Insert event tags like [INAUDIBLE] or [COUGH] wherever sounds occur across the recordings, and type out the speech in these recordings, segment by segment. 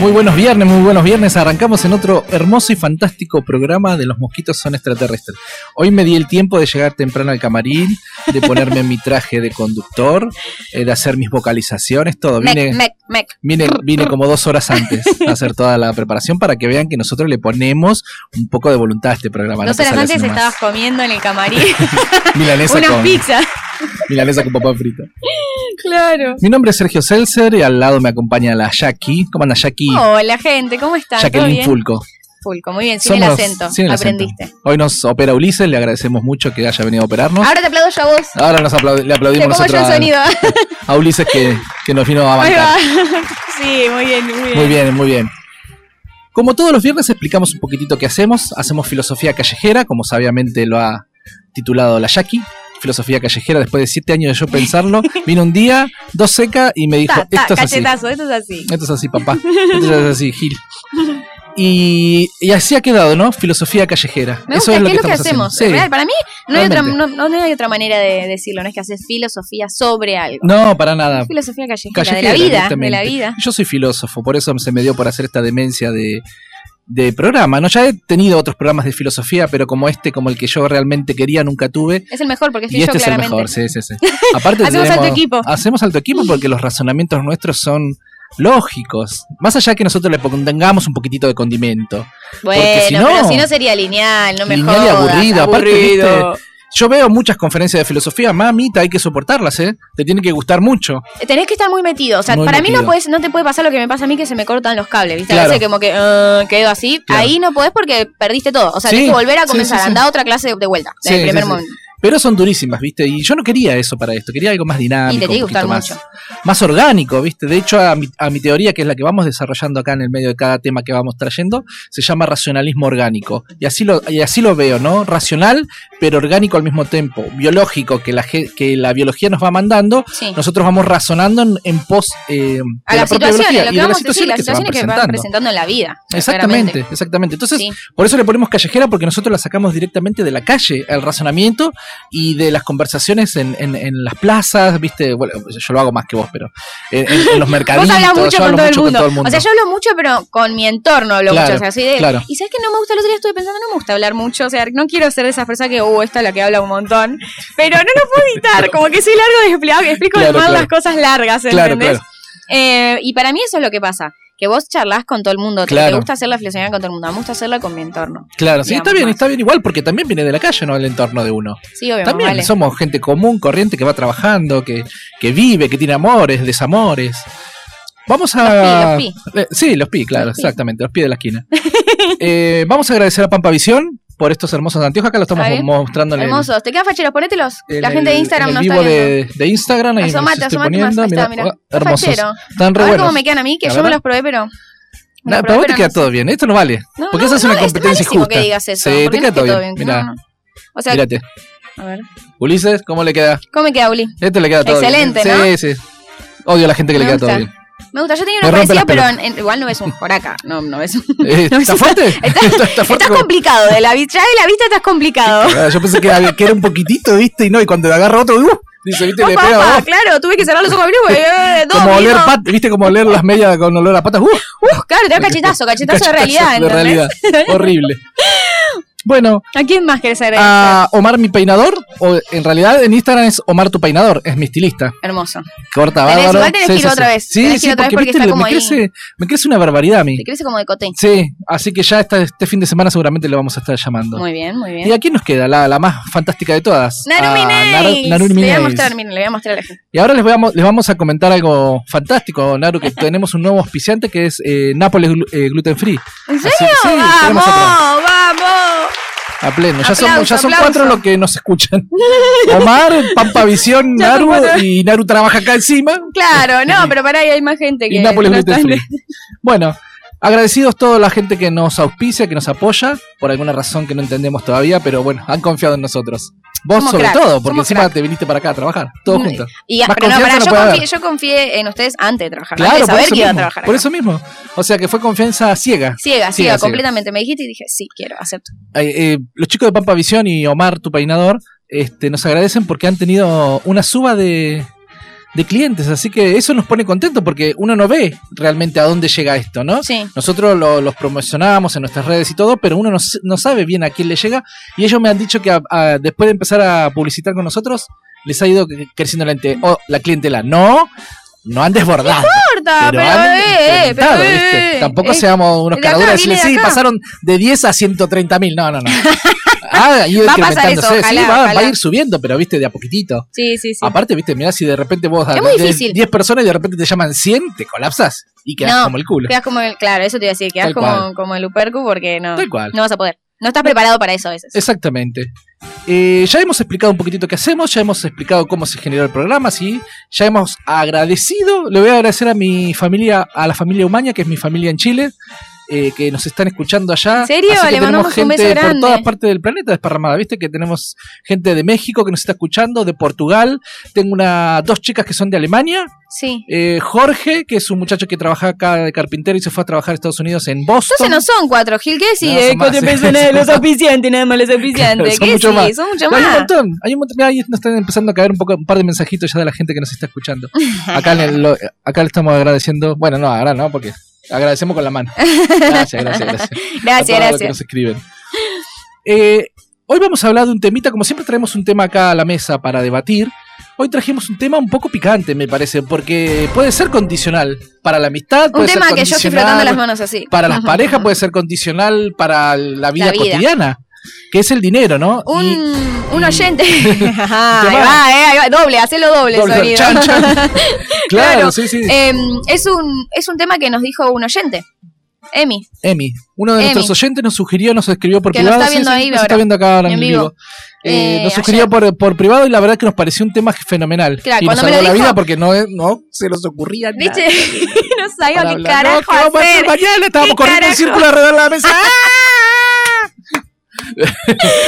Muy buenos viernes, muy buenos viernes. Arrancamos en otro hermoso y fantástico programa de Los Mosquitos Son Extraterrestres. Hoy me di el tiempo de llegar temprano al camarín, de ponerme mi traje de conductor, eh, de hacer mis vocalizaciones, todo. Mec, Vine, mec, mec. vine, vine como dos horas antes a hacer toda la preparación para que vean que nosotros le ponemos un poco de voluntad a este programa. Dos no te horas sale antes así nomás. estabas comiendo en el camarín [LAUGHS] Milanesa unas con, [LAUGHS] pizzas. milanesa con papá frita. Claro. Mi nombre es Sergio Seltzer y al lado me acompaña la Jackie. ¿Cómo anda Jackie? Hola, gente, ¿cómo estás? ¿Todo Jacqueline bien? Fulco. Fulco, muy bien, sin el Somos- acento. sin el acento. Aprendiste. Hoy nos opera Ulises, le agradecemos mucho que haya venido a operarnos. Ahora te aplaudo yo a vos. Ahora nos aplaudi- le Te aplaudimos como yo nosotros el a- sonido. a, Ulises que, que nos vino a Ahí va. [LAUGHS] bancar. Sí, muy bien, muy bien. Muy bien, muy bien. Como todos los viernes explicamos un poquitito qué hacemos. Hacemos filosofía callejera, como sabiamente lo ha titulado la Jackie. Filosofía callejera, después de siete años de yo pensarlo, vino un día, dos seca y me dijo, Ta, ta, esto es así. cachetazo, esto es así. Esto es así, papá. Esto es así, Gil. Y, y así ha quedado, ¿no? Filosofía callejera. Me gusta, Eso es lo ¿qué que, es lo que estamos haciendo. hacemos? Sí. Real, para mí no hay, otra, Realmente. no, no hay otra manera de decirlo, no es que haces filosofía sobre algo. No, para nada. Filosofía callejera, Callejera, de la vida, de directamente. la vida. Yo soy filósofo, por eso se me dio por hacer esta demencia de, de programa. ¿no? Ya he tenido otros programas de filosofía, pero como este, como el que yo realmente quería, nunca tuve. Es el mejor porque estoy Y yo este es el claramente. mejor, sí, [LAUGHS] sí, sí. Aparte Hacemos tenemos- alto equipo. Hacemos alto [LAUGHS] equipo porque los razonamientos nuestros son lógicos. Más allá que nosotros le pongamos un poquitito de condimento. Bueno, Porque si no- pero si no sería lineal, no me Lineal y jodas. aburrido, aparte, viste, aburrido. Yo veo muchas conferencias de filosofía, mamita, hay que soportarlas, ¿eh? Te tiene que gustar mucho. Tenés que estar muy metido. O sea, Muy para mí metido. no, podés, no te puede pasar lo que me pasa a mí, que se me cortan los cables. ¿viste? A Claro. veces como que eh, quedo así. Claro. Ahí no podés porque perdiste todo. O sea, Sí, tenés que volver a sí, comenzar. sí, sí. Andá a otra clase de, de vuelta, Sí, en el sí, primer sí. momento. Pero son durísimas, ¿viste? Y yo no quería eso para esto, quería algo más dinámico. Y te tiene que un poquito gustar Ah, más, mucho. más orgánico, ¿viste? De hecho, a mi, a mi teoría, que es la que vamos desarrollando acá en el medio de cada tema que vamos trayendo, se llama racionalismo orgánico. Y así lo, y así lo veo, ¿no? Racional, pero orgánico al mismo tiempo. Biológico, que la, ge- que la biología nos va mandando. Sí. Nosotros vamos razonando en, en pos eh, de a la, propia situación, biología lo y de las que vamos a decir, situaciones las que se van situaciones que van presentando. presentando en la vida. Exactamente, claramente. exactamente. Entonces, Sí. por eso le ponemos callejera, porque nosotros la sacamos directamente de la calle, el razonamiento y de las conversaciones en, en- en las plazas, ¿viste? Bueno, yo lo hago más que vos, pero en, en- en los mercaditos. [LAUGHS] Vos hablas mucho, yo con hablo todo, el mucho mundo. O sea, yo hablo mucho, pero con mi entorno hablo Claro, mucho. O sea, soy de- claro. Y sabes que no me gusta, el otro día estuve pensando, no me gusta hablar mucho. O sea, no quiero ser de esas personas que, uh, esta es la que habla un montón. Pero no lo puedo evitar. como que soy largo de explicar, explico Claro, mal claro. las cosas largas, Claro, ¿entendés? claro. Eh, y para mí eso es lo que pasa. Que vos charlas con todo el mundo. te- Te Claro. gusta hacer la filosofía con todo el mundo. Me gusta hacerla con mi entorno. Claro, sí, está digamos bien, más. está bien igual, porque también viene de la calle, ¿no? El entorno de uno. Sí, obvio, más También vale. somos gente común, corriente, que va trabajando, que, que vive, que tiene amores, desamores. Vamos a. Los pi, Eh, sí, los pi, claro, Los pi. exactamente, los pi de la [LAUGHS] esquina. Eh, vamos a agradecer a Pampa Visión por estos hermosos anteojos. Acá lo estamos Está bien. mostrando en el, Hermosos. Te quedan facheros, ponételos. en La gente el- de Instagram en no el está vivo viendo. de, de Instagram. Ahí Asomate, los estoy asomate más. poniendo. Ahí está, Mirá, mira. ah, hermosos. Fachero. Están re A ver buenos. cómo me quedan a mí, que La yo me verdad. los probé, pero. me Nah, los pero a vos probé, te pero queda no todo bien. Esto no vale. No, porque no, esa es no, una competencia malísimo injusta. que digas eso. Sí, porque te queda no todo bien. que Mirá. no, no. O sea, Mírate. a ver. Ulises, ¿cómo le queda? ¿Cómo me queda, Uli? Este le queda todo Excelente, bien. Sí, sí. Odio a la gente que Me le queda gusta. todo [LAUGHS] bien. Me gusta, yo tenía Me una rompe parecida, las pero en- en- igual no ves un joraca. No, no [LAUGHS] ves un. Eh, No, ¿Está sí, fuerte? está- [LAUGHS] está fuerte Estás como- complicado, de la, vi- ya de la vista estás complicado. [LAUGHS] Ah, Yo pensé que, había- que era un poquitito, ¿viste? Y no, y cuando agarra otro, ¡uh! Dice, ¿viste? Le Opa, pega opa, ¡oh! claro, tuve que cerrar los ojos abridos porque. eh, dos Como oler mismos. pat- ¿viste? Como oler las medias con olor a patas. ¡Uh! Uh, claro, te da cachetazo, cachetazo de realidad, De ¿entendés? realidad. [LAUGHS] Horrible. Bueno, ¿A quién más querés agradecer? a Omar mi peinador, o en realidad en Instagram es Omar tu peinador, es mi estilista. Hermoso. Corta Tenés- bárbaro. igual tenés que ir otra vez, tenés Sí, que sí, ir otra porque, vez porque viste, está le- como me, ahí. crece, me crece una barbaridad a mí. Te crece como de coté. Sí, así que ya esta- este fin de semana seguramente le vamos a estar llamando. Muy bien, muy bien. ¿Y a quién nos queda? La, la más fantástica de todas. Narumi A Nails. Naru- Ah, Narumi Le voy a Nails. mostrar, miren, le voy a mostrar a la gente. Y ahora les, voy a mo- les vamos a comentar algo fantástico, Naru, [LAUGHS] que tenemos un nuevo auspiciante que es eh, Nápoles glu- eh, Gluten Free. ¿En Así- serio? sí, ¡Vamos! tenemos otro. ¡Vamos! A pleno. Ya, Aplauso, somos- ya son aplauso. cuatro los que nos [LAUGHS] escuchan. Omar, Pampa Visión, Ya son Naru cuatro. y Naru trabaja acá encima. Claro, no, pero pará, ahí hay más gente que. Y Nápoles no Gluten está- Free. [LAUGHS] Bueno, agradecidos toda la gente que nos auspicia, que nos apoya, por alguna razón que no entendemos todavía, pero bueno, han confiado en nosotros. Vos Somos sobre cracks, todo, porque somos encima cracks. te viniste para acá a trabajar, todos Mm, juntos. Y, Más pero no, confianza pará, no yo, puede confié, haber. yo confié en ustedes antes de trabajar. Claro, antes de por saber eso, que iba a mismo, trabajar. por acá. eso mismo. O sea que fue confianza ciega. Ciega, Ciega, ciega, ciega. completamente. Me dijiste y dije, sí, quiero, acepto. Eh, eh, los chicos de Pampa Visión y Omar, tu peinador, este, nos agradecen porque han tenido una suba de, de clientes. Así que eso nos pone contentos porque uno no ve realmente a dónde llega esto, ¿no? Sí. Nosotros lo- los promocionamos en nuestras redes y todo, pero uno no, s- no sabe bien a quién le llega. Y ellos me han dicho que a- a- después de empezar a publicitar con nosotros, les ha ido cre- creciendo la, ente- oh, la clientela. No, no han desbordado. importa, pero, han eh, eh, incrementado, pero, eh, ¿viste? eh, Tampoco eh, seamos unos de acá, caraduras y decirle, viene de sí, acá". pasaron de 10 a 130 mil. No, no, [LAUGHS] no. Ah, ido Va a pasar incrementándose. eso, sí, ojalá, va, va ojalá. a ir subiendo, pero viste, de a poquitito. Sí, sí, sí. Aparte, viste, mirá, si de repente vos Es das muy de- difícil. 10 personas y de repente te llaman 100, te colapsas y quedas No, como el culo. Quedas como el, claro, eso te iba a decir, quedas Tal como, cual. como el Upercu porque no, Tal cual. no vas a poder. No estás preparado para eso a veces. Exactamente. Eh, ya hemos explicado un poquitito qué hacemos, ya hemos explicado cómo se generó el programa, sí, ya hemos agradecido, le voy a agradecer a mi familia, a la familia Humaña, que es mi familia en Chile, eh, que nos están escuchando allá. ¿En serio? Así que Le tenemos mandamos un gente beso por grande. todas partes del planeta desparramada, viste que tenemos gente de México que nos está escuchando, de Portugal, tengo una, dos chicas que son de Alemania, Sí. eh, Jorge, que es un muchacho que trabaja acá de carpintero y se fue a trabajar a Estados Unidos en Boston. Entonces no son cuatro, Gil, ¿qué decís? No, son Eh, cuatro más. [LAUGHS] personas, los auspiciantes, nada más los auspiciantes. Claro, son ¿Qué mucho decís? más. Son mucho Hay un más. montón, hay un montón. Ahí nos están empezando a caer un, poco, un par de mensajitos ya de la gente que nos está escuchando. [LAUGHS] Acá, en el- lo- acá le estamos agradeciendo. Bueno, no, ahora no, porque agradecemos con la mano. Gracias, gracias, [LAUGHS] gracias. A Gracias, todos los que gracias. nos escriben. Eh, hoy vamos a hablar de un temita. Como siempre, traemos un tema acá a la mesa para debatir. Hoy trajimos un tema un poco picante, me parece, porque puede ser condicional para la amistad. Un puede tema ser que yo estoy condicional frotando las manos así. Para [LAUGHS] las parejas puede ser condicional para la vida, vida. cotidiana, que es el dinero, ¿no? Un, Y- [LAUGHS] un oyente. Ajá, ahí Tomá. va, eh, ahí va. Doble, hacelo doble, el Doble, sonido. [LAUGHS] chan, chan. Claro, Claro. sí, sí. Em, es, un, es un tema que nos dijo un oyente. Emi. Emi, uno de Emi. nuestros oyentes nos sugirió, nos escribió por Que nos privado. está viendo sí, sí, ahí nos ahora, está viendo acá ahora en en vivo. vivo. Eh, Eh, nos sugirió ayer. por, por privado y la verdad que nos pareció un tema fenomenal. Claro, y nos cuando me lo salvó la dijo- vida porque no, no se nos ocurría nada. ¿Viste? [LAUGHS] no sabía para qué hablar. No, carajo ¿qué vamos a hacer ¡Ah! hacer. [LAUGHS] mañana? Estábamos ¿Qué corriendo en carajo? círculo alrededor de la [LAUGHS] mesa.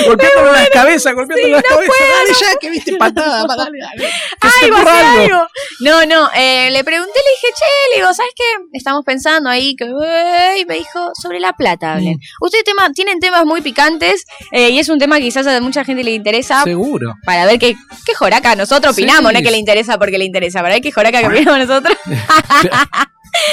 golpeándole las cabezas, golpeándole las cabezas. Dale ya, que [LAUGHS] viste patada. va, dale, dale. Que se Ay, te va a ocurra hacer algo. algo. No, no, eh, le pregunté, le dije, che, le digo, ¿sabes qué? Estamos pensando ahí, que, eh, y me dijo, sobre la plata Mm. hablen. Ustedes tema, tienen temas muy picantes eh, y es un tema que quizás a mucha gente le interesa Seguro. para ver qué, qué joraca nosotros Sí. opinamos, no es que le interesa porque le interesa, para ver qué joraca que opinamos nosotros. [LAUGHS]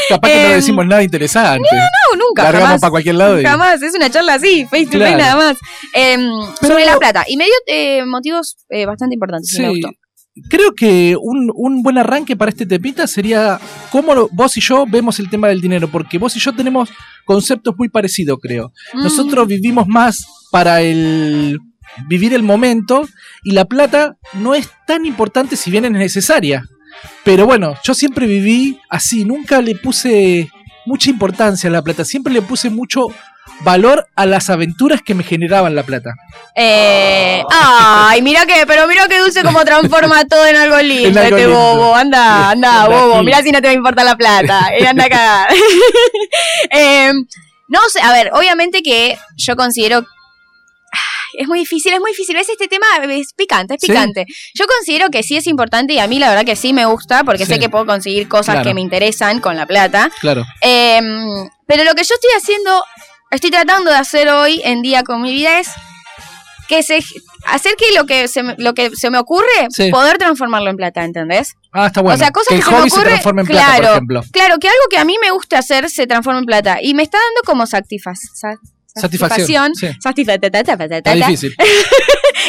Capaz que no Em, decimos nada interesante. No, nunca, Largamos jamás. para cualquier lado. y- Jamás, es una charla así, face to Claro. face nada más. Em, Pero- sobre la plata. Y me dio eh, motivos eh, bastante importantes. y Me Sí. gustó. Creo que un, un buen arranque para este temita sería cómo lo- vos y yo vemos el tema del dinero, porque vos y yo tenemos conceptos muy parecidos, creo. Mm. Nosotros vivimos más para el vivir el momento y la plata no es tan importante si bien es necesaria. Pero bueno, yo siempre viví así, nunca le puse mucha importancia a la plata, siempre le puse mucho valor a las aventuras que me generaban la plata. Eh, ay, mira que, pero mira que dulce como transforma todo en algo lindo, En algo este lindo. bobo. Anda, anda, Anda, bobo. Gil. Mira si no te va a importar la plata. Eh, anda acá. [LAUGHS] Eh, no sé, a ver, obviamente que yo considero. Ay, Es muy difícil, es muy difícil. ¿Ves este tema? Es picante, es Sí. picante. Yo considero que sí es importante y a mí la verdad que sí me gusta porque sé Sí. que puedo conseguir cosas Claro. que me interesan con la plata. Claro. Eh, pero lo que yo estoy haciendo, estoy tratando de hacer hoy en día con mi vida es que se hacer que lo que se me, lo que se me ocurre Sí. poder transformarlo en plata, ¿entendés? Ah, está bueno. o sea, cosas que que, el se me hobby se ocurre, transforme en claro, plata, por ejemplo. claro, que algo que a mí me gusta hacer se transforma en plata y me está dando como satisfac- sa- Satisfacción. sí. satisfa- ta- ta- ta- ta- Está ta- ta. [LAUGHS] difícil.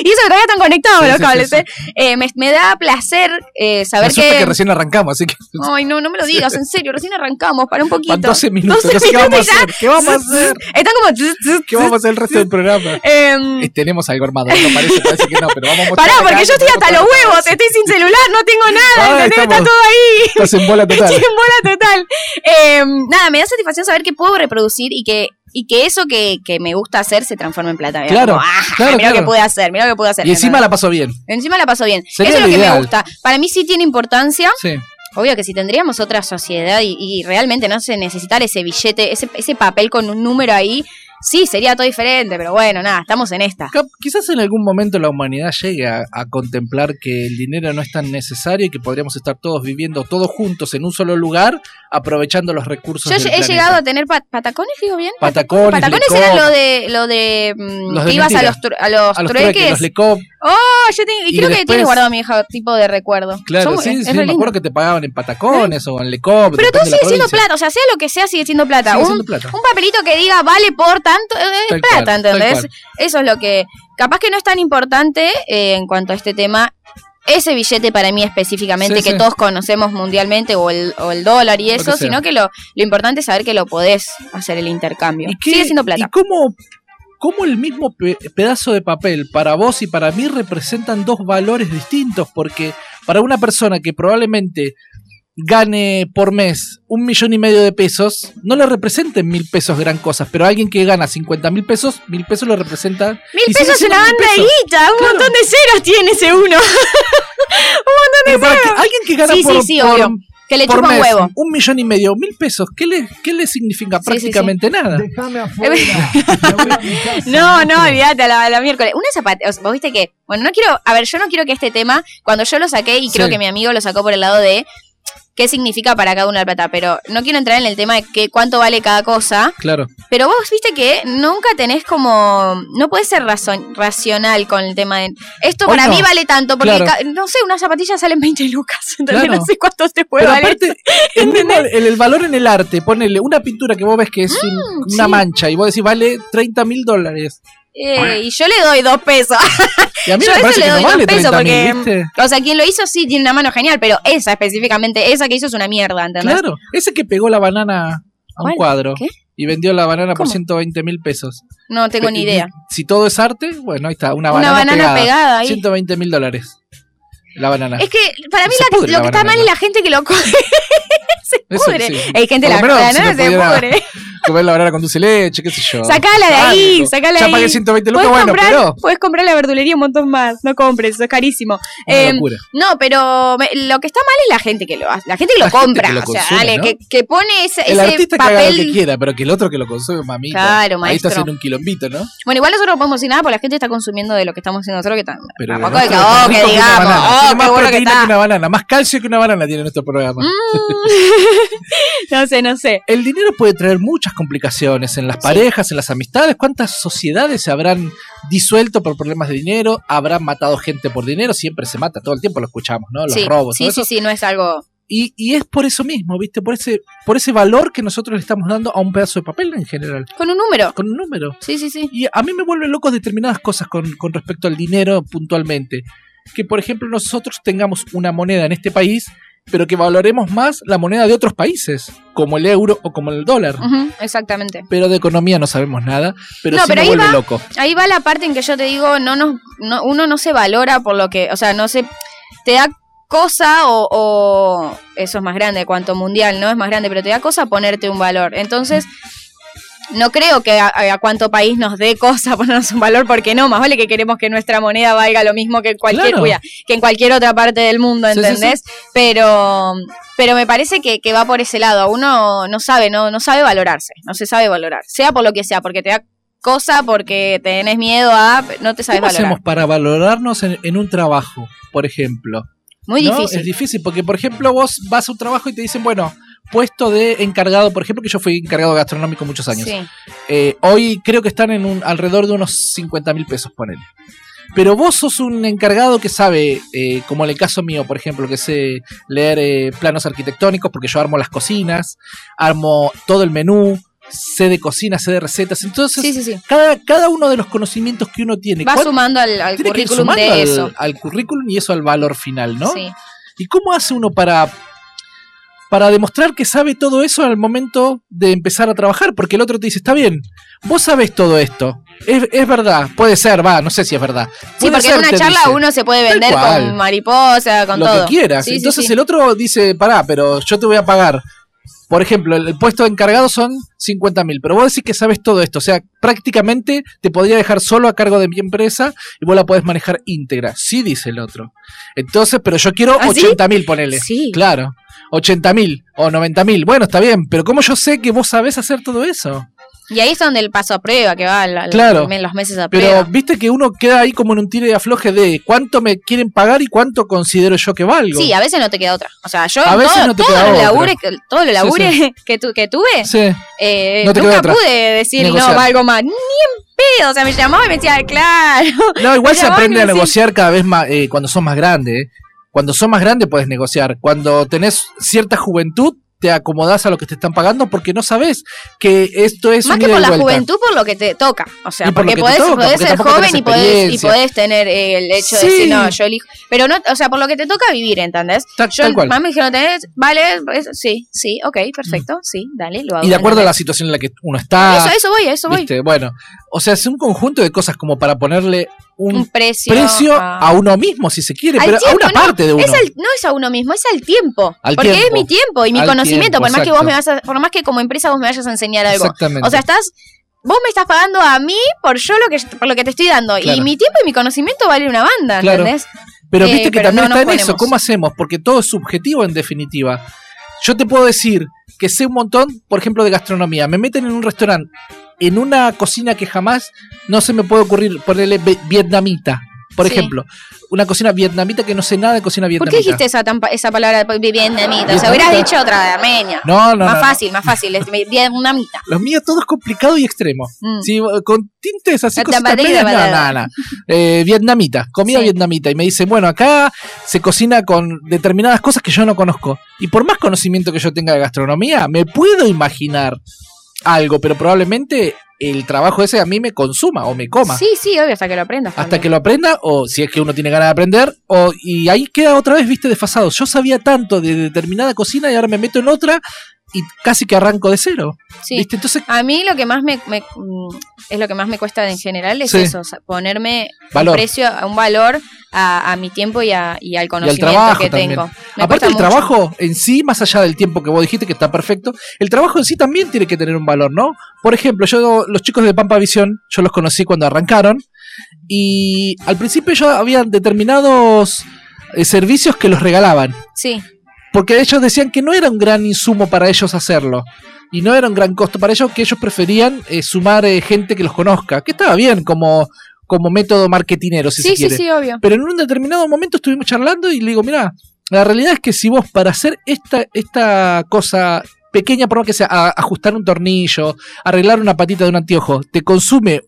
Y eso que todavía están conectados Sí, los sí, cables. sí, sí. ¿eh? Eh, me, me da placer eh, Me saber asusta que. que recién arrancamos, así que Ay, no, no me lo digas, en serio, recién arrancamos, para un poquito. van 12 minutos. 12 no sé ¿Qué vamos a minutos ya. hacer? ¿Qué vamos a hacer? Están como. tss, tss, ¿Qué vamos a hacer el resto del programa? Em, Eh, tenemos algo armado, no parece, parece que no, pero vamos a mostrar pará, acá porque yo estoy que hasta los tenemos huevos, eh. estoy sin celular, no tengo nada, Ah, ¿entendés? estamos- está todo ahí, Estás en [LAUGHS] bola total. estoy en bola total. Em, nada, me da satisfacción saber que puedo reproducir y que, y que eso que, que me gusta hacer se transforma en plata. Mirá, Claro, como, ah, claro, mirá lo que claro. pude hacer, mirá lo que pude hacer. Y encima ¿entendés? la pasó bien. Encima la paso bien. Sería Eso es lo lo que me ideal. gusta. Para mí sí tiene importancia. Sí, Obvio que si tendríamos otra sociedad y, y realmente no se necesitar ese billete, ese, ese papel con un número ahí, sí, sería todo diferente, pero bueno, nada, estamos en esta. Cap- Quizás en algún momento la humanidad llegue a, a contemplar que el dinero no es tan necesario y que podríamos estar todos viviendo todos juntos en un solo lugar, aprovechando los recursos. Yo del he planeta. llegado a tener pat- patacones, digo bien. patacones, Patacones Lecop, era lo de lo de mm, Los de que ibas a mentira. los tru- a los, a los trueques. trueques, los Lecop, Oh, yo tengo- y, Y creo que después- tienes guardado mi viejo tipo de recuerdo. claro, Son- sí, es- es sí, re me lindo. acuerdo que te pagaban en patacones o en Lecop. Pero depende de todo la sigue siendo provincia. plata, o sea, sea lo que sea, sigue siendo plata. Sigue un, siendo plata. un papelito que diga vale por tanto, eh, es Tal plata, cual, tal ¿entendés? cual. Eso es lo que. Capaz que no es tan importante eh, en cuanto a este tema. Ese billete para mí específicamente Sí, que sí. todos conocemos mundialmente o el, o el dólar y Lo eso, que sea. sino que lo, lo importante es saber que lo podés hacer el intercambio. ¿Y qué- Sigue siendo ¿Y plata. cómo, cómo el mismo pe- pedazo de papel para vos y para mí representan dos valores distintos? Porque para una persona que probablemente gane por mes un millón y medio de pesos, no le representen mil pesos gran cosa, pero alguien que gana 50 mil pesos, mil pesos lo representa... y Mil sigue pesos es siendo una mil banda de pesos. guita, un Claro. montón de ceros tiene ese uno. [LAUGHS] Pero para que- alguien que gana Sí, sí, por, sí, por- obvio. que le por chupa un mes huevo. un millón y medio, mil pesos, ¿qué le, qué le significa Sí, sí, sí. prácticamente nada? Déjame afuera. me voy a mi casa, No, no, loco. olvídate, a la, a la miércoles. Una zapatilla, vos viste que, bueno, no quiero, a ver, yo no quiero que este tema, cuando yo lo saqué, y creo Sí. que mi amigo lo sacó por el lado de qué significa para cada una la plata, pero no quiero entrar en el tema de qué, cuánto vale cada cosa, Claro. pero vos viste que nunca tenés como, no puedes ser razón, racional con el tema de, esto Hoy para no. mí vale tanto, porque, Claro. ca- no sé, unas zapatillas salen 20 lucas, entonces Claro. no sé cuántos te puede Pero valer. aparte, [LAUGHS] el, mismo- el- el valor en el arte, ponele una pintura que vos ves que es un- una Mm, sí. mancha y vos decís vale 30 mil dólares. Eh, y yo le doy dos pesos. [LAUGHS] Y a mí Yo a me eso parece le que doy no vale dos pesos 30 porque. mil, ¿viste? O sea, quien lo hizo sí tiene una mano genial, pero esa específicamente, esa que hizo es una mierda, ¿entendés? Claro, ese que pegó la banana a un ¿Cuál? cuadro ¿Qué? y vendió la banana por ¿Cómo? 120 mil pesos. No tengo ni Y- y idea. Si todo es arte, bueno, ahí está, una banana, Una banana pegada, pegada. ahí. 120 mil dólares. La banana. Es que para mí Se la- pudre lo la que está banana. mal es la gente que lo coge. se Eso, pudre. sí. Hay gente, Por la lo menos banana si se, se pudiera- pudre. Comer la banana con dulce de leche, qué sé yo. Sacala de ahí, Algo. sacala de Ya ahí. pagué 120 lucas, Podés bueno, comprar, pero. podés comprar la verdulería un montón más. No compres, eso es carísimo. Una Em, locura. no, pero me- lo que está mal es la gente que lo hace, la gente que lo La gente compra. que lo o sea, consume, dale, ¿no? que, que pone ese, El ese artista que haga lo que papel. quiera, pero que el otro que lo consume, mamita. Claro, Ahí maestro. estás en un quilombito, ¿no? Bueno, igual nosotros no podemos decir nada porque la gente está consumiendo de lo que estamos haciendo nosotros que también. Pero Tampoco de de que, nuestro rico oh, que que una digamos, banana. Tiene oh, qué más bueno que proteína que está. Mm. una banana, más calcio que una banana tiene nuestro [LAUGHS] programa. No sé, no sé. El dinero puede traer muchas complicaciones en las parejas, en las amistades. ¿Cuántas sociedades se habrán disuelto por problemas de dinero? ¿Habrán matado gente por dinero? Siempre se mata, todo el tiempo lo escuchamos, ¿no? Los sí, robos, todo sí, eso. sí, sí, no es algo. Y, y es por eso mismo, ¿viste? Por ese, por ese valor que nosotros le estamos dando a un pedazo de papel en general, Con un número. con un número. Sí, sí, sí. Y a mí me vuelven locos determinadas cosas con, con respecto al dinero puntualmente. Que, por ejemplo, nosotros tengamos una moneda en este país, pero que valoremos más la moneda de otros países, como el euro o como el dólar. Ujú, exactamente. Pero de economía no sabemos nada, pero No, sí pero me ahí vuelve va- loco. Ahí va la parte en que yo te digo, no nos, no- uno no se valora por lo que, o sea, no se te da cosa o, o- eso es más grande, cuanto mundial, ¿no? Es más grande, pero te da cosa ponerte un valor. Entonces, no creo que a, a cuánto país nos dé cosa [LAUGHS] ponernos un valor, porque no, más vale que queremos que nuestra moneda valga lo mismo que en cualquier, Claro. cuida- que en cualquier otra parte del mundo, Sí, sí, sí. ¿entendés? Pero, pero me parece que, que va por ese lado. Uno no sabe, no, no sabe valorarse, no se sabe valorar, sea por lo que sea, porque te da cosa, porque tenés miedo a, no te sabes ¿Cómo valorar. hacemos para valorarnos en, en un trabajo, por ejemplo? Muy ¿No? difícil. Es difícil porque, por ejemplo, vos vas a un trabajo y te dicen, bueno, puesto de encargado, por ejemplo, que yo fui encargado gastronómico muchos años. Sí. Eh, hoy creo que están en un, alrededor de unos 50 mil pesos, ponele. Pero vos sos un encargado que sabe, eh, como en el caso mío, por ejemplo, que sé leer eh, planos arquitectónicos porque yo armo las cocinas, armo todo el menú, sé de cocina, sé de recetas. Entonces, sí, sí, sí. Cada, cada uno de los conocimientos que uno tiene, Va ¿cuán- sumando al, al tiene que ir currículum sumando de al, eso. al currículum y eso al valor final, ¿no? Sí. ¿Y cómo hace uno para, para demostrar que sabe todo eso al momento de empezar a trabajar? Porque el otro te dice, está bien, vos sabés todo esto. Es, es verdad, puede ser, va, no sé si es verdad. Sí, Puede porque ser, en una te charla dice, uno se puede Tal vender cual. con mariposa, con lo todo. que quieras. Sí, sí, Entonces sí. el otro dice, pará, pero yo te voy a pagar. Por ejemplo, el, el puesto de encargado son 50 mil, pero vos decís que sabes todo esto. O sea, prácticamente te podría dejar solo a cargo de mi empresa y vos la podés manejar íntegra. Sí, dice el otro. Entonces, pero yo quiero ¿Ah, sí? 80 mil, ponele. Sí. Claro. 80 mil o 90 mil. Bueno, está bien, pero ¿cómo yo sé que vos sabés hacer todo eso? Y ahí es donde el paso a prueba, que va la- la- Claro. también los meses a Pero prueba. viste que uno queda ahí como en un tiro y afloje de cuánto me quieren pagar y cuánto considero yo que valgo. Sí, a veces no te queda otra. O sea, yo A en veces todo, no te todo queda lo otra. labure, que- todo lo labure [LAUGHS] Que, tu- que tuve, Sí. eh, No te queda nunca otra. pude decir Negociar. no, valgo más. Ni en pedo. O sea, me llamaba y me decía, claro. No, igual Me se llamaba y aprende me a decía- negociar cada vez más eh, cuando sos más grande. eh. Cuando sos más grande puedes negociar. Cuando tenés cierta juventud, te acomodás a lo que te están pagando porque no sabés que esto es [LAUGHS] Más un que ida por y la vuelta. juventud, por lo que te toca. O sea, Y por lo porque que te podés, toca, podés porque ser tampoco tenés joven y podés, y experiencia. podés tener eh, el hecho Sí. de decir, no, yo elijo. Pero no, o sea, por lo que te toca vivir, ¿entendés? Ta- Yo, tal cual. más me dijeron, ¿tenés? Vale, es- sí, sí, ok, perfecto, sí, dale, lo hago. Mm. Y de acuerdo a la ¿entendés? situación en la que uno está. Eso, eso voy, a eso voy. ¿viste? Bueno, o sea, es un conjunto de cosas como para ponerle un, Un precio. precio a- a uno mismo, si se quiere, Al pero a tiempo, una parte de uno. Es al- no es a uno mismo, es al tiempo. Al porque tiempo. es mi tiempo y mi Al conocimiento, tiempo, por más que vos exacto. me vas a, por más que como empresa vos me vayas a enseñar algo. Exactamente. O sea, estás vos me estás pagando a mí por yo lo que por lo que te estoy dando Claro. y mi tiempo y mi conocimiento vale una banda, Claro. ¿entendés? pero eh, viste que pero también no está en nos eso, ponemos. ¿cómo hacemos? Porque todo es subjetivo en definitiva. Yo te puedo decir que sé un montón, por ejemplo, de gastronomía. Me meten en un restaurante, en una cocina que jamás no se me puede ocurrir, ponerle ve- vietnamita. Por Sí. ejemplo, una cocina vietnamita que no sé nada de cocina ¿Por vietnamita. qué dijiste esa tan pa- esa palabra de vietnamita? O Vietnamita. sea, hubieras dicho otra de Armenia. No, no, más no, no. fácil, más fácil, es vi- vietnamita. Lo mío todo es complicado y extremo. Mm. Sí, con tintes así La cositas tapadilla, medias, no, verdad. no, no. Eh, vietnamita, comida Sí. vietnamita. Y me dicen, bueno, acá se cocina con determinadas cosas que yo no conozco. Y por más conocimiento que yo tenga de gastronomía, me puedo imaginar algo, pero probablemente el trabajo ese a mí me consuma o me coma. Sí, sí, obvio, hasta que lo aprendas. Hasta también. que lo aprenda, o si es que uno tiene ganas de aprender, o, y ahí queda otra vez, viste, desfasado. Yo sabía tanto de determinada cocina y ahora me meto en otra y casi que arranco de cero. Sí. ¿Viste? Entonces, A mí lo que más me, me- mm, es lo que más me cuesta en general es Sí. eso, o sea, ponerme Valor. un precio, a- un valor a, a mi tiempo y, a- y al conocimiento trabajo que también. tengo. Me Aparte cuesta el mucho. trabajo en sí, más allá del tiempo que vos dijiste que está perfecto, el trabajo en sí también tiene que tener un valor, ¿no? Por ejemplo, yo los chicos de Pampa Visión, yo los conocí cuando arrancaron y al principio ya habían determinados eh, servicios que los regalaban, Sí, porque ellos decían que no era un gran insumo para ellos hacerlo y no era un gran costo para ellos, que ellos preferían eh, sumar eh, gente que los conozca, que estaba bien como como método marketinero, si se sí, sí, quiere. sí, obvio. Pero en un determinado momento estuvimos charlando y le digo, mira, la realidad es que si vos para hacer esta, esta cosa pequeña, por lo que sea, a- ajustar un tornillo, arreglar una patita de un anteojo, te consume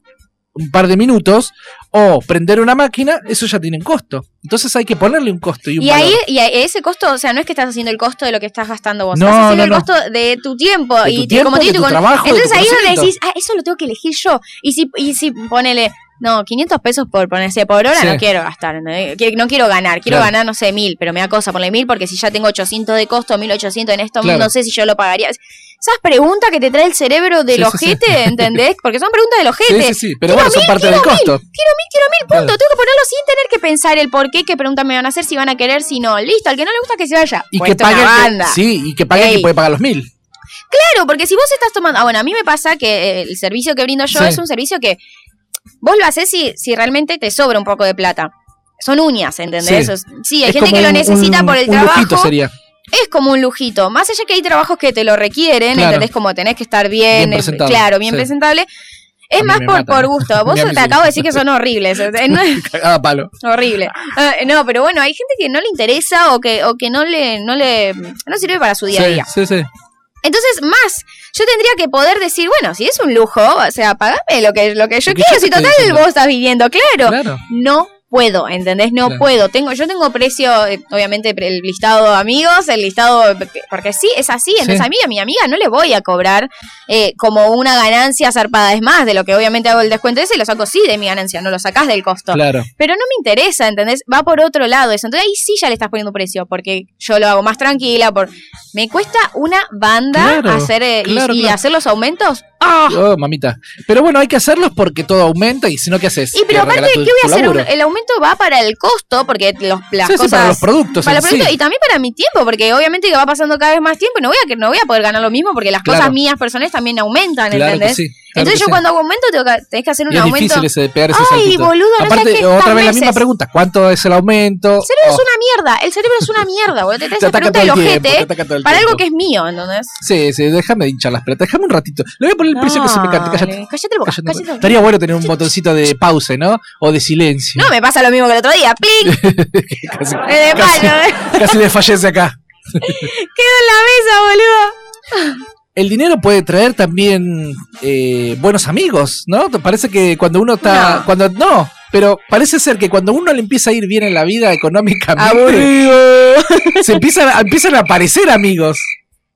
un par de minutos o prender una máquina, eso ya tiene un costo. Entonces hay que ponerle un costo y un Y valor. ahí, y a ese costo, o sea, no es que estás haciendo el costo de lo que estás gastando vos, No, estás haciendo no, el no. costo de tu tiempo De y tu te- tiempo, como te de digo, tu con- trabajo, de tu Entonces ahí es donde conocimiento. decís, ah, eso lo tengo que elegir yo. Y si, y si ponele, no, 500 pesos por ponerse por hora Sí. no quiero gastar, ¿no? Eh, que- no quiero ganar, quiero Claro. ganar, no sé, mil, pero me da cosa ponerle mil porque si ya tengo 800 de costo, 1800 en esto, Claro. no sé si yo lo pagaría. Esas preguntas que te trae el cerebro del Sí, sí, sí. [LAUGHS] ojete, ¿entendés? Porque son preguntas del sí, ojete. sí, sí, pero bueno, son mil, parte del quiero costo. Quiero mil, quiero mil, punto. Claro. Tengo que ponerlo sin tener que pensar el por qué, qué preguntas me van a hacer, si van a querer, si no. Listo, al que no le gusta que se vaya. Y que, Puesto pague, una el que- banda. sí, y que pague el que Ey. puede pagar los mil. Claro, porque si vos estás tomando. Ah, bueno, a mí me pasa que eh, el servicio que brindo yo Sí. es un servicio que vos lo haces si, si realmente te sobra un poco de plata. Son uñas, ¿entendés? Sí. Sí, sí hay Es gente como que lo un- necesita un- por el un trabajo. lujito sería. [LAUGHS] es como un lujito. Más allá que hay trabajos que te lo requieren, Claro. ¿entendés? Como tenés que estar bien, Bien eh, presentado, claro, bien sí. presentable. Es A mí más me por, matan. por gusto. Vos Ni [LAUGHS] a mí te sí. acabo de decir que son horribles. [LAUGHS] Cagada a palo. Horrible. Ah, no, pero bueno, hay gente que no le interesa o que, o que no le, no le no sirve para su día a Sí, día. sí, sí. Entonces, más, yo tendría que poder decir, bueno, si es un lujo, o sea, pagame lo que, lo que yo Lo que quiero, yo te si total estoy diciendo. vos estás viviendo, claro. Claro. No puedo, ¿entendés? No Claro. puedo. Tengo, yo tengo precio, eh, obviamente, pre- el listado de amigos, el listado, eh, porque sí, es así. Entonces, Sí. a mí, a mi amiga, no le voy a cobrar eh, como una ganancia zarpada. Es más, de lo que obviamente hago el descuento ese, lo saco sí de mi ganancia, no lo sacás del costo. Claro. Pero no me interesa, ¿entendés? Va por otro lado eso. Entonces ahí sí ya le estás poniendo precio, porque yo lo hago más tranquila, por me cuesta una banda Claro, hacer eh, y- claro, y, claro. hacer los aumentos. ¡Ah! [LAUGHS] Oh, mamita. Pero bueno, hay que hacerlos porque todo aumenta y si no, ¿qué haces? Y pero Te aparte, regalas ¿qué tu- voy a tu hacer? laburo. Un- el aumento va para el costo, porque los, las Sí, sí, cosas... para los productos. para en los productos sí. y también para mi tiempo, porque obviamente que va pasando cada vez más tiempo y no voy a, que- no voy a poder ganar lo mismo porque las Claro. cosas mías personales también aumentan, Claro que ¿entendés? sí. Entonces yo sí. cuando hago aumento tengo que, tenés que hacer un Y es aumento. difícil ese de pegar ese Ay, saltito. boludo, no Aparte, sabes qué, otra tantas vez la misma veces. pregunta. ¿Cuánto es el aumento? El cerebro Oh, es una mierda, el cerebro es una [LAUGHS] mierda, boludo. Te traes te esa ataca pregunta todo del el tiempo, te ojete ¿eh? ataca todo el para algo tiempo. que es mío, ¿entendés? Sí, sí, déjame hinchar las pelotas. Déjame un ratito. Le voy a poner el precio que se me cante. No, Cállate. dale, Cállate el boca, cállate. cállate el boca. Estaría bueno tener un botoncito de pause, ¿no? O de silencio. No, me pasa lo mismo que el otro día. ¡Plic! [LAUGHS] casi, Me de casi- palo, ¿eh? casi desfallece acá. Quedo en la mesa, boludo. El dinero puede traer también eh, buenos amigos, ¿no? Te Parece que cuando uno está. No. Cuando, no, pero parece ser que cuando uno le empieza a ir bien en la vida económicamente, Aburrido. se empiezan, a- empiezan a aparecer amigos.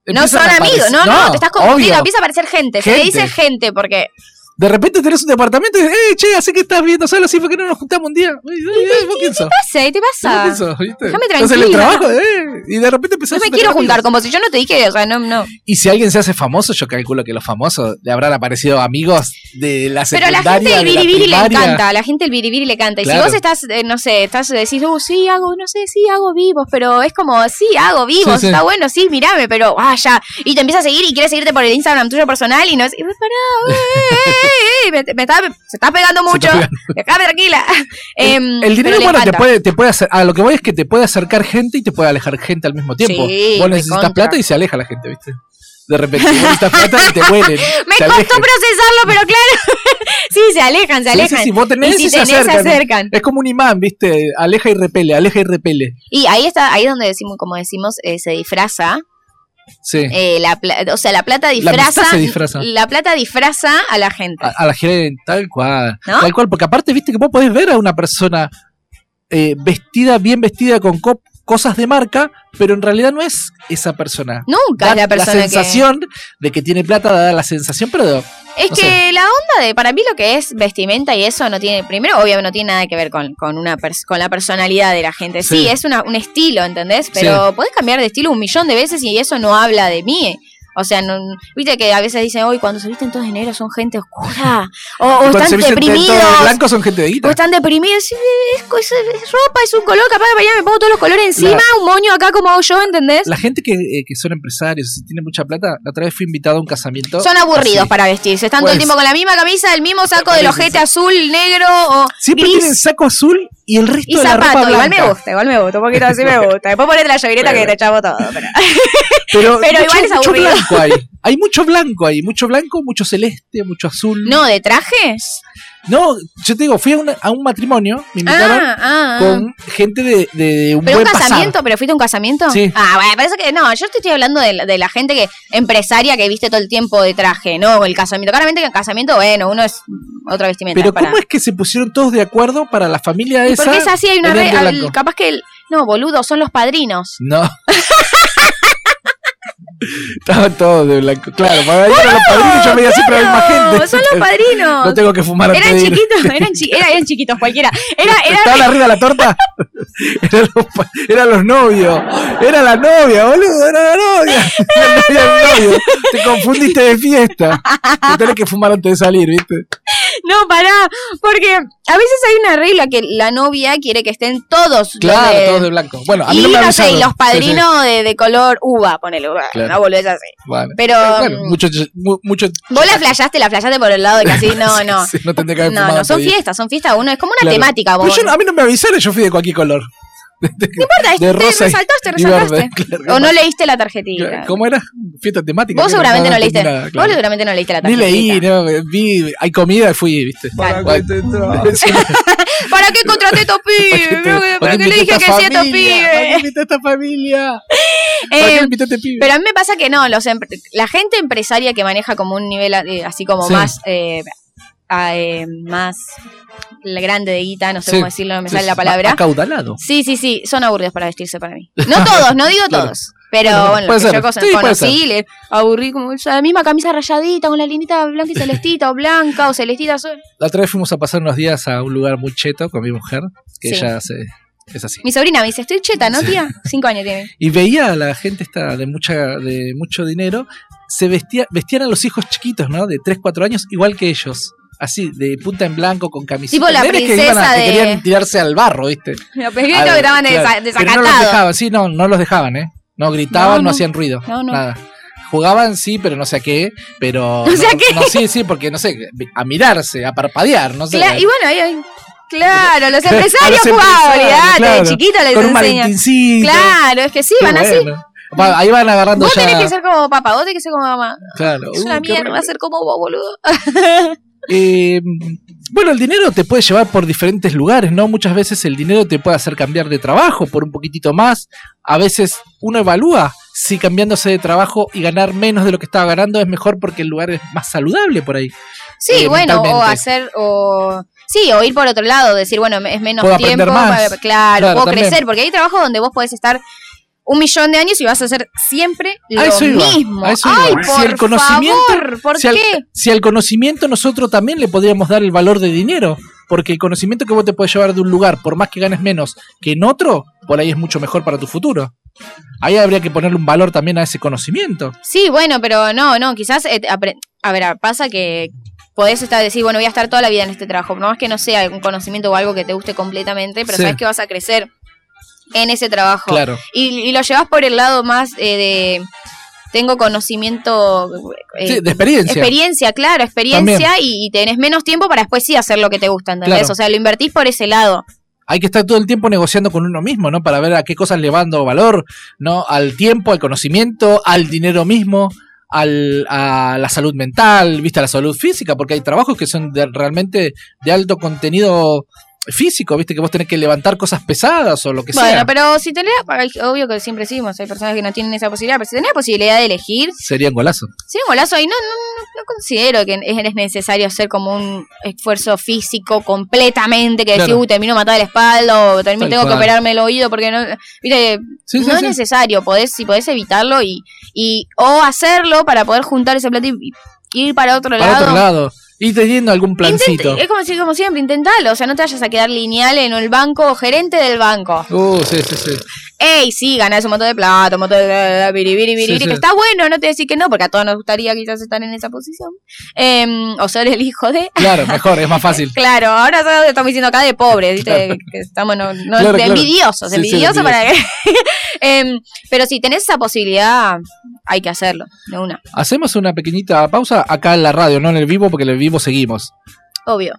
No Empiezan son a amigos, aparecer- no, no, te estás confundiendo, obvio. empieza a aparecer gente. Se le Gente. dice gente porque. De repente tenés un departamento y dices, eh, che, así que estás viendo solo así porque no nos juntamos un día. Eh, eh, eh, ¿Vos quién sos? ¿Qué pasa? ¿Y te ¿Vos pasa? quién sos? ¿Viste? Déjame Estás en el tranquila. trabajo, eh, y de repente empezás No a me tener quiero juntar amigos. como si yo no te dije, o sea, no, no. Y si alguien se hace famoso, yo calculo que los famosos le habrán aparecido amigos de la Pero a secundaria. la gente del de la biribiri le primaria. encanta, a la gente del biribiri le canta. Y Claro. si vos estás, eh, no sé, estás decís, oh, sí, hago, no sé, sí, hago vivos, pero es como, sí, hago vivos, Sí, sí. está bueno, sí, mirame, pero, ah, ya. Y te empieza a seguir y quiere seguirte por el Instagram tuyo personal y no es, "Eh, pará, eh, eh, eh, eh, me, me está, se está pegando Se mucho, está [LAUGHS] pegando. dejame tranquila. [LAUGHS] Em, El, el pero dinero, le bueno, te encanta. puede, te puede hacer. A lo que voy es que te puede acercar gente y te puede alejar gente al mismo tiempo. Sí, vos me necesitas contra. plata y se aleja la gente, ¿viste? De repente, vos [LAUGHS] necesitas plata y te huelen. Me te costó alejan. procesarlo, pero claro. [LAUGHS] sí, se alejan, se Sí, sí, alejan. sí, vos tenés y si y se tenés, se acercan. acercan. Es como un imán, ¿viste? Aleja y repele, aleja y repele. Y ahí está, ahí es donde decimos, como decimos, eh, se disfraza. Sí. [LAUGHS] Eh, la pla- o sea, la plata La amistad disfraza. se disfraza. Ah, la plata disfraza a la gente. a, a la gente, tal cual. ¿No? Tal cual, porque aparte, viste que vos podés ver a una persona eh, vestida, bien vestida, con co- cosas de marca, pero en realidad no es esa persona. Nunca Da es la persona sensación de que tiene plata, da la sensación, pero que. Es no que sé. la onda de. Para mí, lo que es vestimenta y eso no tiene. Primero, obviamente, no tiene nada que ver con, con una pers- con la personalidad de la gente. Sí, Sí. es una- un estilo, ¿entendés? Pero podés cambiar de estilo un millón de veces y eso no habla de mí. O sea, no, viste que a veces dicen, hoy cuando se visten todos de negro son gente oscura. O, o cuando están se visten de- todo de deprimidos. blanco son gente de O guita. están deprimidos, sí, es, es- es ropa, es un color, capaz que mañana me pongo todos los colores encima, un moño acá como hago yo, ¿entendés? La gente que, eh, que son empresarios y tiene mucha plata, la otra vez fui invitado a un casamiento. Son aburridos así. para vestirse, están todo el Pues- tiempo con la misma camisa, el mismo saco del Parece, ojete sí. azul, negro o Siempre gris tienen saco azul y el resto y de la ropa zapato. blanca. Igual me gusta, igual me gusta, un poquito así [LAUGHS] me gusta. Después ponete la llovineta que te echamos todo. Pero... Pero, [LAUGHS] Pero mucho, igual es mucho aburrido. blanco [LAUGHS] hay. Hay mucho blanco ahí, mucho blanco, mucho celeste, mucho azul. No, de traje. No, yo te digo, fui a, una- a un matrimonio, me invitaron Ah, ah, ah. con gente de, de- de un Pero un buen pasar. casamiento, pero fuiste a un casamiento. Sí. Ah, bueno, parece que no, yo te estoy hablando de, la- de la gente que empresaria que viste todo el tiempo de traje, no, el casamiento. Claramente que el casamiento, bueno, uno es otra vestimenta. Pero para- ¿cómo es que se pusieron todos de acuerdo para la familia esa? Porque es así, hay una era red. de al- blanco? capaz que el. No, boludo, son los padrinos. No. [LAUGHS] Estaban todos de blanco. Claro, para ahí eran los padrinos, yo veía siempre a la misma gente. son los padrinos. No tengo que fumar antes eran de ir. chiquitos, eran, chi- era- eran chiquitos cualquiera. Era, era, ¿Estaban arriba de la [LAUGHS] torta? eran, los, pa- eran los novios. Era la novia, boludo. Era la novia. [LAUGHS] La novia del novio. Te confundiste de fiesta. Te tenés que fumar antes de salir, ¿viste? no, pará. Porque a veces hay una regla que la novia quiere que estén todos. los Claro, de- todos de blanco. Bueno, a mí y no me no sé, avisaron. y los Sí, padrinos De, de color uva, ponele uva. Claro. No volvés así. sí, vale. Pero. bueno, mm, mucho, mu- mucho- Vos la flayaste, la flayaste por el lado de que así, no, no. [LAUGHS] sí, no tendría que haber No, fumado no, son todavía. fiestas, son fiestas. Uno es como una Claro. temática, vos. Pero yo no- a mí no me avisaron, yo fui de cualquier color. importa, de rosa te y- resaltaste, y resaltaste. verde, [LAUGHS] claro. O no leíste la tarjetita. ¿Cómo era? Fiesta temática. Vos creo, seguramente no leíste. nada, Vos claro. seguramente no leíste la Ni tarjetita. leí, no, vi, hay comida y fui, viste. Claro. Guay. Sí, ¿Para qué contraté [LAUGHS] a estos pibes? Mirá que- ¿Para qué le dije invité a que esta sí a estos familia? ¿Para qué pibes? invité a esta familia? ¿Para Eh, qué invité a este pibe? pero a mí me pasa que no, los empre- la gente empresaria que maneja como un nivel eh, así como Sí. más eh, a, eh, más grande de guita, no sé Sí. cómo decirlo, no me sale la Entonces, palabra. Acaudalado. Sí, sí, sí, son aburridos para vestirse para mí. [LAUGHS] No todos, no digo Claro. todos. Pero Bueno, bueno, bueno, los puede que ser. yo cono- Sí, puede conocí, le aburrí como o sea, la misma camisa rayadita, con la linita blanca y celestita, o blanca, o celestita azul. La otra vez fuimos a pasar unos días a un lugar muy cheto con mi mujer, que Sí. ella se, es así. Mi sobrina me dice, estoy cheta, ¿no, tía? Cinco años [LAUGHS] tiene. Y veía a la gente esta de mucha de mucho dinero, se vestía, vestían a los hijos chiquitos, ¿no? De 3, 4 años, igual que ellos. Así, de punta en blanco, con camiseta. Tipo la Nenes que, iban a- princesa que de- querían tirarse al barro, ¿viste? Los pequeños Al- que estaban claro. desa- Pero no los desacatados. dejaban, sí, no, no los dejaban, ¿eh? No gritaban, no, No, no. hacían ruido, No, no. nada. Jugaban, sí, pero no sé a qué. [LAUGHS] Pero. No sé a qué. no, sí, sí, porque no sé. A mirarse, a parpadear, no sé. Cla- y bueno, ahí hay. Claro, los A empresarios los jugaban, empresarios, olvidate, claro. de chiquito les Con un enseñan. valentincito. Claro, es que sí, Qué van así. bueno. Va- ahí van agarrando Vos ya. tenés que ser como papá, vos tenés que ser como mamá. claro. Es Uh, una qué mierda, va a horrible. ser como vos, boludo. Eh, bueno, el dinero te puede llevar por diferentes lugares, ¿no? Muchas veces el dinero te puede hacer cambiar de trabajo por un poquitito más. A veces uno evalúa si cambiándose de trabajo y ganar menos de lo que estaba ganando es mejor porque el lugar es más saludable por ahí. Sí, Eh, bueno, o mentalmente. hacer, o... Sí, o ir por otro lado, decir, bueno, me- es menos Puedo tiempo, aprender más. pa- claro, Claro, puedo también. crecer, porque hay trabajo donde vos podés estar un millón de años y vas a hacer siempre lo A eso iba, mismo. a eso Ay, iba. por Si el conocimiento- favor, ¿por si, Al, qué? si al conocimiento nosotros también le podríamos dar el valor de dinero, porque el conocimiento que vos te puedes llevar de un lugar, por más que ganes menos que en otro, por ahí es mucho mejor para tu futuro. Ahí habría que ponerle un valor también a ese conocimiento. Sí, bueno, pero no, no, quizás, eh, apre- a ver, pasa que podés estar, decir, bueno, voy a estar toda la vida en este trabajo, no más que no sea algún conocimiento o algo que te guste completamente, pero Sí. sabes que vas a crecer en ese trabajo. Claro. Y, y lo llevas por el lado más eh, de, tengo conocimiento, eh, Sí, de experiencia. experiencia, claro, experiencia, y, y tenés menos tiempo para después sí hacer lo que te gusta, ¿entendés? Claro. O sea, lo invertís por ese lado. Hay que estar todo el tiempo negociando con uno mismo, ¿no? Para ver a qué cosas le van dando valor, ¿no? Al tiempo, al conocimiento, al dinero mismo, al, a la salud mental, ¿viste? A la salud física, porque hay trabajos que son de- realmente de alto contenido físico, ¿viste? Que vos tenés que levantar cosas pesadas o lo que bueno, sea. pero si tenés, ay, obvio que siempre decimos, hay personas que no tienen esa posibilidad, pero si tenés la posibilidad de elegir, Sería un golazo. Sí, un golazo ahí. No, no, no- no considero que es necesario hacer como un esfuerzo físico completamente que decir, Claro. uy, termino matada de la espalda o termino, Tal tengo cual. que operarme el oído porque no. Mire, Sí, sí, no es sí. necesario. Podés, si podés evitarlo y, y o hacerlo para poder juntar ese plato y, y ir para otro Para lado. eh. otro lado. Y teniendo algún Intent- plancito. es como, si- como siempre, intentalo. O sea, no te vayas a quedar lineal en el banco o gerente del banco. Uh, sí, sí, sí. Ey, sí, ganás un montón de plata, un montón de... bla, bla, bla, biri, biri, biri, Sí, biri, sí. que está bueno, no te voy a decir que no, porque a todos nos gustaría quizás estar en esa posición. Em, o ser el hijo de... Claro, mejor, es más fácil. Claro, ahora todos estamos diciendo acá de pobres, ¿viste? que estamos no, no- Claro, de claro. envidiosos, Sí, sí, de envidiosos para que... [LAUGHS] Em, pero si tenés esa posibilidad, hay que hacerlo, de una, Hacemos una pequeñita pausa acá en la radio, no en el vivo, porque en el vivo seguimos. obvio.